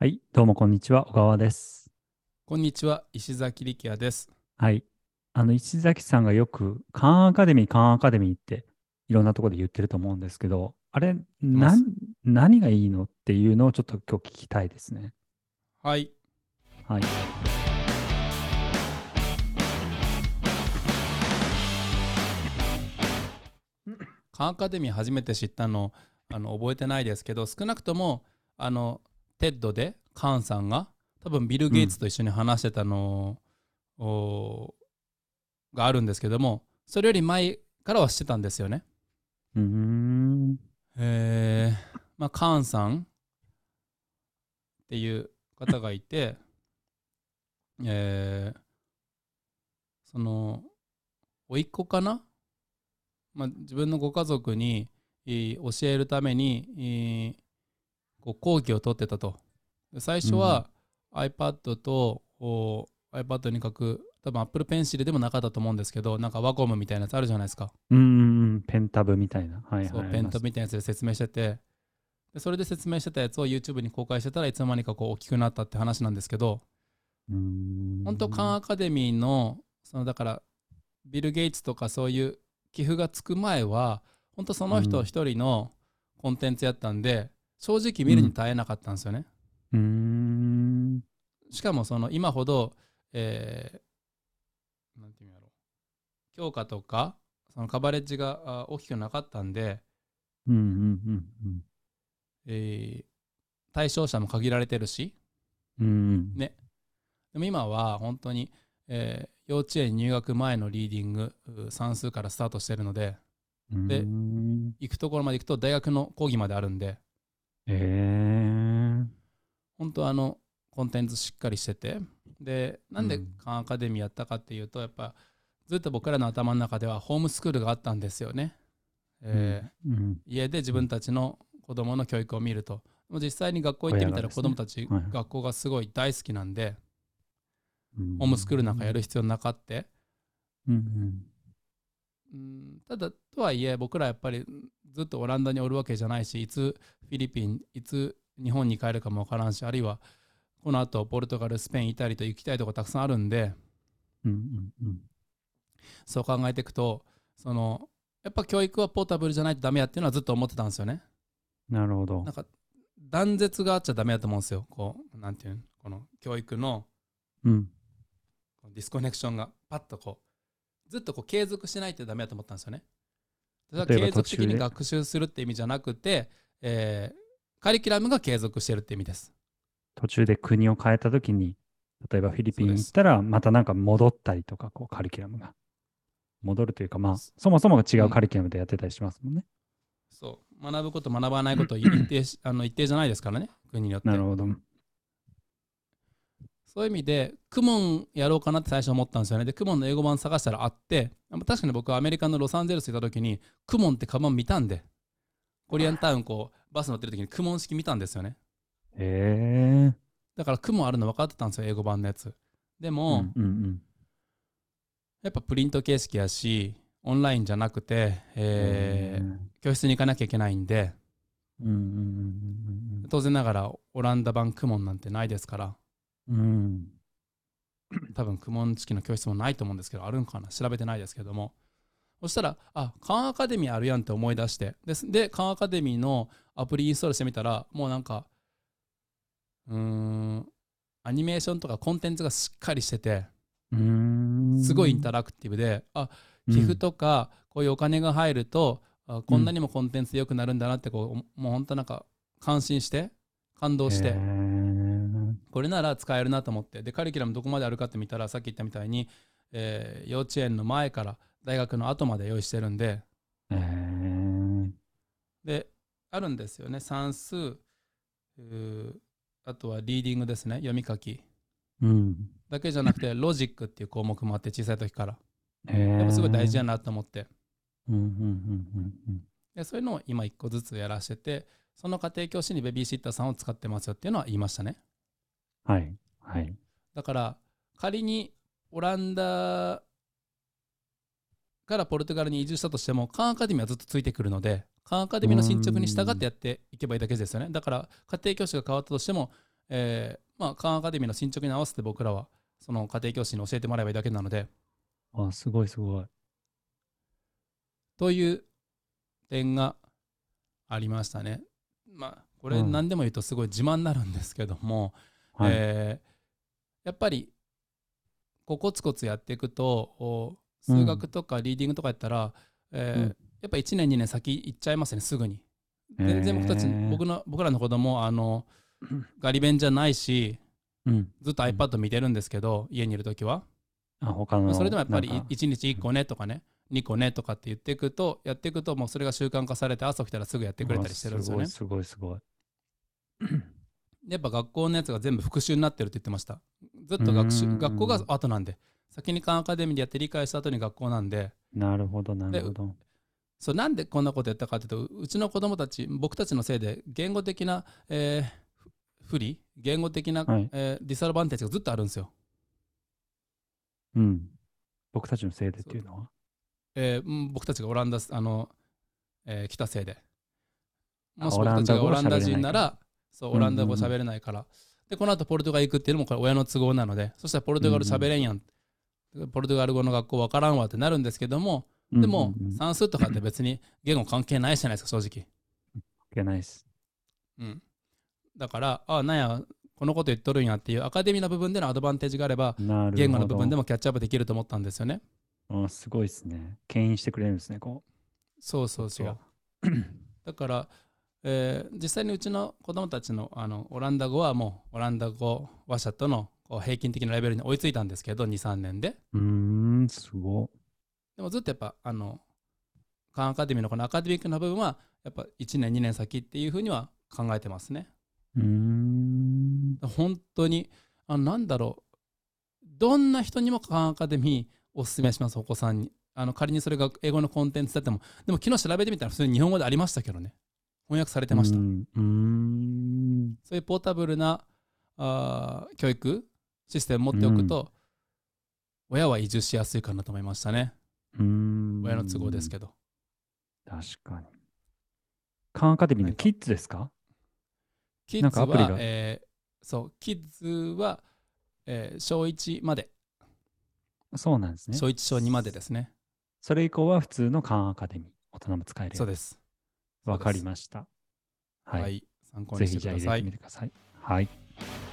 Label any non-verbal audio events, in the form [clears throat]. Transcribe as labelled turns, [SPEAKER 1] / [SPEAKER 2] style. [SPEAKER 1] はい、どうもこんにちは、小川です。
[SPEAKER 2] こんにちは、石崎力也です。
[SPEAKER 1] はい。あの、石崎さんがよく、カンアカデミー、カンアカデミーって、いろんなところで言ってると思うんですけど、あれ、な
[SPEAKER 2] ます
[SPEAKER 1] ん、何がいいのっていうのをちょっと今日聞きたいですね。
[SPEAKER 2] はい。
[SPEAKER 1] はい。
[SPEAKER 2] カンアカデミー初めて知ったの、あの覚えてないですけど、少なくとも、あの、テッドでカンさんが、多分ビル・ゲイツと一緒に話してたの、おがあるんですけども、それより前からは知ってたんですよね。
[SPEAKER 1] うーん。
[SPEAKER 2] えー、まあ、カーンさんっていう方がいて、 [laughs] えー、その、甥っ子かな、まあ、自分のご家族に、えー教えるために、えーこう講義を取ってたと。で最初は iPad と、お iPad に書く、多分 Apple Pencil でもなかったと思うんですけど、なんかワコムみたいなやつあるじゃないですか。
[SPEAKER 1] うんうんうん、ペンタブみたいな。はい
[SPEAKER 2] そう
[SPEAKER 1] はい。
[SPEAKER 2] ペンタみたいなやつで説明しててでそれで説明してたやつを YouTube に公開してたらいつの間にかこう大きくなったって話なんですけど
[SPEAKER 1] うーん。
[SPEAKER 2] 本当カンアカデミーのそのだからビル・ゲイツとかそういう寄付がつく前は本当その
[SPEAKER 1] う
[SPEAKER 2] 人
[SPEAKER 1] ん
[SPEAKER 2] 一人のコンテンツやったんで正直見るに耐えなかったんですよね、
[SPEAKER 1] うーん。
[SPEAKER 2] しかもその今ほど、えーなんていうんやろ強化とかそのカバレッジがあ大きくなかったんで、
[SPEAKER 1] うんうんうんうん。
[SPEAKER 2] えー対象者も限られてるし
[SPEAKER 1] うん
[SPEAKER 2] ねでも今は本当に、えー幼稚園入学前のリーディングう算数からスタートしてるので
[SPEAKER 1] うん。
[SPEAKER 2] で
[SPEAKER 1] うーん
[SPEAKER 2] 行くところまで行くと大学の講義まであるんで
[SPEAKER 1] えー。
[SPEAKER 2] 本当あのコンテンツしっかりしててでなんで
[SPEAKER 1] うん
[SPEAKER 2] カンアカデミーやったかっていうとやっぱずっと僕らの頭の中ではホームスクールがあったんですよね、えー
[SPEAKER 1] うん。
[SPEAKER 2] 家で自分たちの子供の教育を見るとでも実際に学校行ってみた
[SPEAKER 1] 親が
[SPEAKER 2] ら
[SPEAKER 1] ですね
[SPEAKER 2] 子供たち
[SPEAKER 1] はい
[SPEAKER 2] 学校がすごい大好きなんで
[SPEAKER 1] うん
[SPEAKER 2] ホームスクールなんかやる必要なかって
[SPEAKER 1] うんうん。
[SPEAKER 2] うんただとはいえ僕らやっぱりうんずっとオランダにおるわけじゃないしいつフィリピンいつ日本に帰るかもわからんしあるいはこのあとポルトガルスペインイタリアと行きたいとこたくさんあるんで
[SPEAKER 1] うんうんうん。
[SPEAKER 2] そう考えていくとそのやっぱ教育はポータブルじゃないとダメやっていうのはずっと思ってたんですよね
[SPEAKER 1] なるほど
[SPEAKER 2] なん。か断絶があっちゃダメだと思うんですよこうなんていうんこの教育の
[SPEAKER 1] うん。
[SPEAKER 2] ディスコネクションがパッとこうずっとこう継続しないとダメだと思ったんですよね。それは
[SPEAKER 1] 例えば
[SPEAKER 2] 継続的
[SPEAKER 1] 途中
[SPEAKER 2] に
[SPEAKER 1] で
[SPEAKER 2] 学習するって意味じゃなくて、えーカリキュラムが継続してるって意味です。
[SPEAKER 1] 途中で国を変えたときに、例えばフィリピン
[SPEAKER 2] そ
[SPEAKER 1] に
[SPEAKER 2] うで
[SPEAKER 1] 行
[SPEAKER 2] す
[SPEAKER 1] ったら、またなんか戻ったりとか、こうカリキュラムが。戻るというか、まあ、
[SPEAKER 2] そ
[SPEAKER 1] そもそもが違ううんカリキュラムでやってたりしますもんね。
[SPEAKER 2] そう学ぶこと学ばないこと一
[SPEAKER 1] [clears throat]
[SPEAKER 2] 定しあの一定じゃないですからね国によって
[SPEAKER 1] なるほど。うん
[SPEAKER 2] そういう意味でクモンやろうかなって最初思ったんですよねでクモンの英語版探したらあって確かに僕はアメリカのロサンゼルス行った時にクモンって看板見たんでコリアンタウンこうバス乗ってる時にクモン式見たんですよね
[SPEAKER 1] へえ。
[SPEAKER 2] だから雲あるの分かってたんですよ英語版のやつで
[SPEAKER 1] う
[SPEAKER 2] も、
[SPEAKER 1] んうん
[SPEAKER 2] やっぱプリント形式やしオンラインじゃなくて、
[SPEAKER 1] うん。
[SPEAKER 2] えー
[SPEAKER 1] うん
[SPEAKER 2] 教室に行かなきゃいけないんで
[SPEAKER 1] うんうん
[SPEAKER 2] 当然ながらオランダ版クモンなんてないですから
[SPEAKER 1] うんうん。うん。
[SPEAKER 2] 多分クモン式の教室もないと思うんですけどあるんかな調べてないですけどもそしたらあカンアカデミーあるやんって思い出してですでカンアカデミーのアプリインストールしてみたらもうなんかうーんアニメーションとかコンテンツがしっかりしてて
[SPEAKER 1] うーん
[SPEAKER 2] すごいインタラクティブであ
[SPEAKER 1] うん
[SPEAKER 2] 寄付とかこういうお金が入ると、あこんなにもコンテンツで良くなるんだなってこうもう本当なんか感心して感動して、
[SPEAKER 1] へー
[SPEAKER 2] これなら使えるなと思ってでカリキュラムどこまであるかって見たらさっき言ったみたいに、えー幼稚園の前から大学の後まで用意してるんで
[SPEAKER 1] へー
[SPEAKER 2] であるんですよね算数うーあとはリーディングですね読み書き
[SPEAKER 1] うん。
[SPEAKER 2] だけじゃなくてロジックっていう項目もあって小さい時から
[SPEAKER 1] へ
[SPEAKER 2] やっ
[SPEAKER 1] え。
[SPEAKER 2] ぱすごい大事
[SPEAKER 1] や。
[SPEAKER 2] やなと思って
[SPEAKER 1] うんうんうんうん
[SPEAKER 2] でそういうのを今一個ずつやらせててその家庭教師にベビーシッターさんを使ってますよっていうのは言いましたね
[SPEAKER 1] うん。はい。はい。
[SPEAKER 2] だから仮にオランダからポルトガルに移住したとしてもカンアカデミーはずっとついてくるのでカンアカデミーの進捗に従ってやっていけばいいだけですよねだから家庭教師が変わったとしても、えーまあ、カンアカデミーの進捗に合わせて僕らは、その家庭教師に教えてもらえばいいだけなので、
[SPEAKER 1] あ、すごいすごい。
[SPEAKER 2] という点がありましたね。まあ、これ
[SPEAKER 1] うん
[SPEAKER 2] 何でも言うとすごい自慢になるんですけども、
[SPEAKER 1] はい。
[SPEAKER 2] えーやっぱりこうコツコツやっていくとお
[SPEAKER 1] うん
[SPEAKER 2] 数学とかリーディングとかやったら、えー
[SPEAKER 1] うん
[SPEAKER 2] やっぱ1年2年先行っちゃいますねすぐに。全然僕たち、
[SPEAKER 1] へー
[SPEAKER 2] 僕の僕らの子供
[SPEAKER 1] [clears throat]
[SPEAKER 2] あのガリ勉じゃないし
[SPEAKER 1] うん。
[SPEAKER 2] ずっと iPad 見てるんですけど、家にいる時は、
[SPEAKER 1] あ、他の。
[SPEAKER 2] それでもやっぱり
[SPEAKER 1] なんか
[SPEAKER 2] 1日1個ねとかね2個ねとかって言っていくとやっていくともうそれが習慣化されて朝起きたらすぐやってくれたりしてるんですよね
[SPEAKER 1] あ。すごいすごいす
[SPEAKER 2] でやっぱ学校のやつが全部復習になってるって言ってました。ずっと
[SPEAKER 1] う
[SPEAKER 2] 学
[SPEAKER 1] ー
[SPEAKER 2] 習
[SPEAKER 1] ん
[SPEAKER 2] 学校が後なんで先にカンアカデミーでやって理解した後に学校なんで
[SPEAKER 1] ごい。なるほど、なるほど。
[SPEAKER 2] そうなんでこんなことやったかっていうとううちの子供たち僕たちのせいで言語的な、えーふ不利言語的な、
[SPEAKER 1] はい
[SPEAKER 2] えーディサドバンテージがずっとあるんですよ。
[SPEAKER 1] うん。僕たちのせいでっていうのは。
[SPEAKER 2] えーうん僕たちがオランダあの、えー来たせいで。
[SPEAKER 1] あ
[SPEAKER 2] もし僕たちがオ
[SPEAKER 1] オ
[SPEAKER 2] ラ
[SPEAKER 1] ラ
[SPEAKER 2] ン
[SPEAKER 1] ン
[SPEAKER 2] ダ
[SPEAKER 1] ダ語が喋れないから
[SPEAKER 2] 人ならそうオランダ語喋れないから。でこの後ポルトガル行くっていうのもこれ親の都合なのでそしたらポルトガル喋れんやん、ポルトガル語の学校わからんわってなるんですけどもでも
[SPEAKER 1] うんうんうん
[SPEAKER 2] 算数とかって別に言語関係ないじゃないですか正直。
[SPEAKER 1] いけないっす。
[SPEAKER 2] うん、だからあなんやこのこと言っとるんやっていうアカデミーの部分でのアドバンテージがあれば
[SPEAKER 1] なるほど。
[SPEAKER 2] 言語の部分でもキャッチアップできると思ったんですよね。
[SPEAKER 1] あ。すごいですね。牽引してくれるんですね、こ
[SPEAKER 2] そうそうそ
[SPEAKER 1] 違
[SPEAKER 2] う
[SPEAKER 1] う。
[SPEAKER 2] だから、えー実際にうちの子供たちのあのオランダ語はもうオランダ語話者とのこう平均的なレベルに追いついたんですけど23年で
[SPEAKER 1] う。うーん、すご
[SPEAKER 2] でもずっとやっぱあのカンアカデミーのこのアカデミックな部分はやっぱ1年2年先っていうふうには考えてますね。
[SPEAKER 1] い。うーん。
[SPEAKER 2] 本当にあなんだろうどんな人にもカンアカデミーおすすめしますお子さんにあの仮にそれが英語のコンテンツだってもでも昨日調べてみたら普通に日本語でありましたけどね翻訳されてました、
[SPEAKER 1] うん。うーん
[SPEAKER 2] そういうポータブルなあー教育システム持っておくと、親は移住しやすいかなと思いましたね
[SPEAKER 1] うーん。
[SPEAKER 2] 親の都合ですけど、
[SPEAKER 1] 確かに。カンアカデミー
[SPEAKER 2] は
[SPEAKER 1] の
[SPEAKER 2] い
[SPEAKER 1] キッズですか
[SPEAKER 2] キ
[SPEAKER 1] な
[SPEAKER 2] ッ
[SPEAKER 1] ん
[SPEAKER 2] ズ
[SPEAKER 1] かアプリ
[SPEAKER 2] は
[SPEAKER 1] が、
[SPEAKER 2] えーそうキッズは、えー小1まで、
[SPEAKER 1] そうなんですね
[SPEAKER 2] 小。1小2までですね
[SPEAKER 1] それ以降は普通のカンアカデミー。大人も使える
[SPEAKER 2] そう
[SPEAKER 1] で
[SPEAKER 2] です
[SPEAKER 1] わかりました。
[SPEAKER 2] は、
[SPEAKER 1] はいい。
[SPEAKER 2] 参考
[SPEAKER 1] ぜ
[SPEAKER 2] にし
[SPEAKER 1] ひ
[SPEAKER 2] て
[SPEAKER 1] じゃあ
[SPEAKER 2] くだ
[SPEAKER 1] 入
[SPEAKER 2] さ
[SPEAKER 1] れて
[SPEAKER 2] い
[SPEAKER 1] みてください。はい。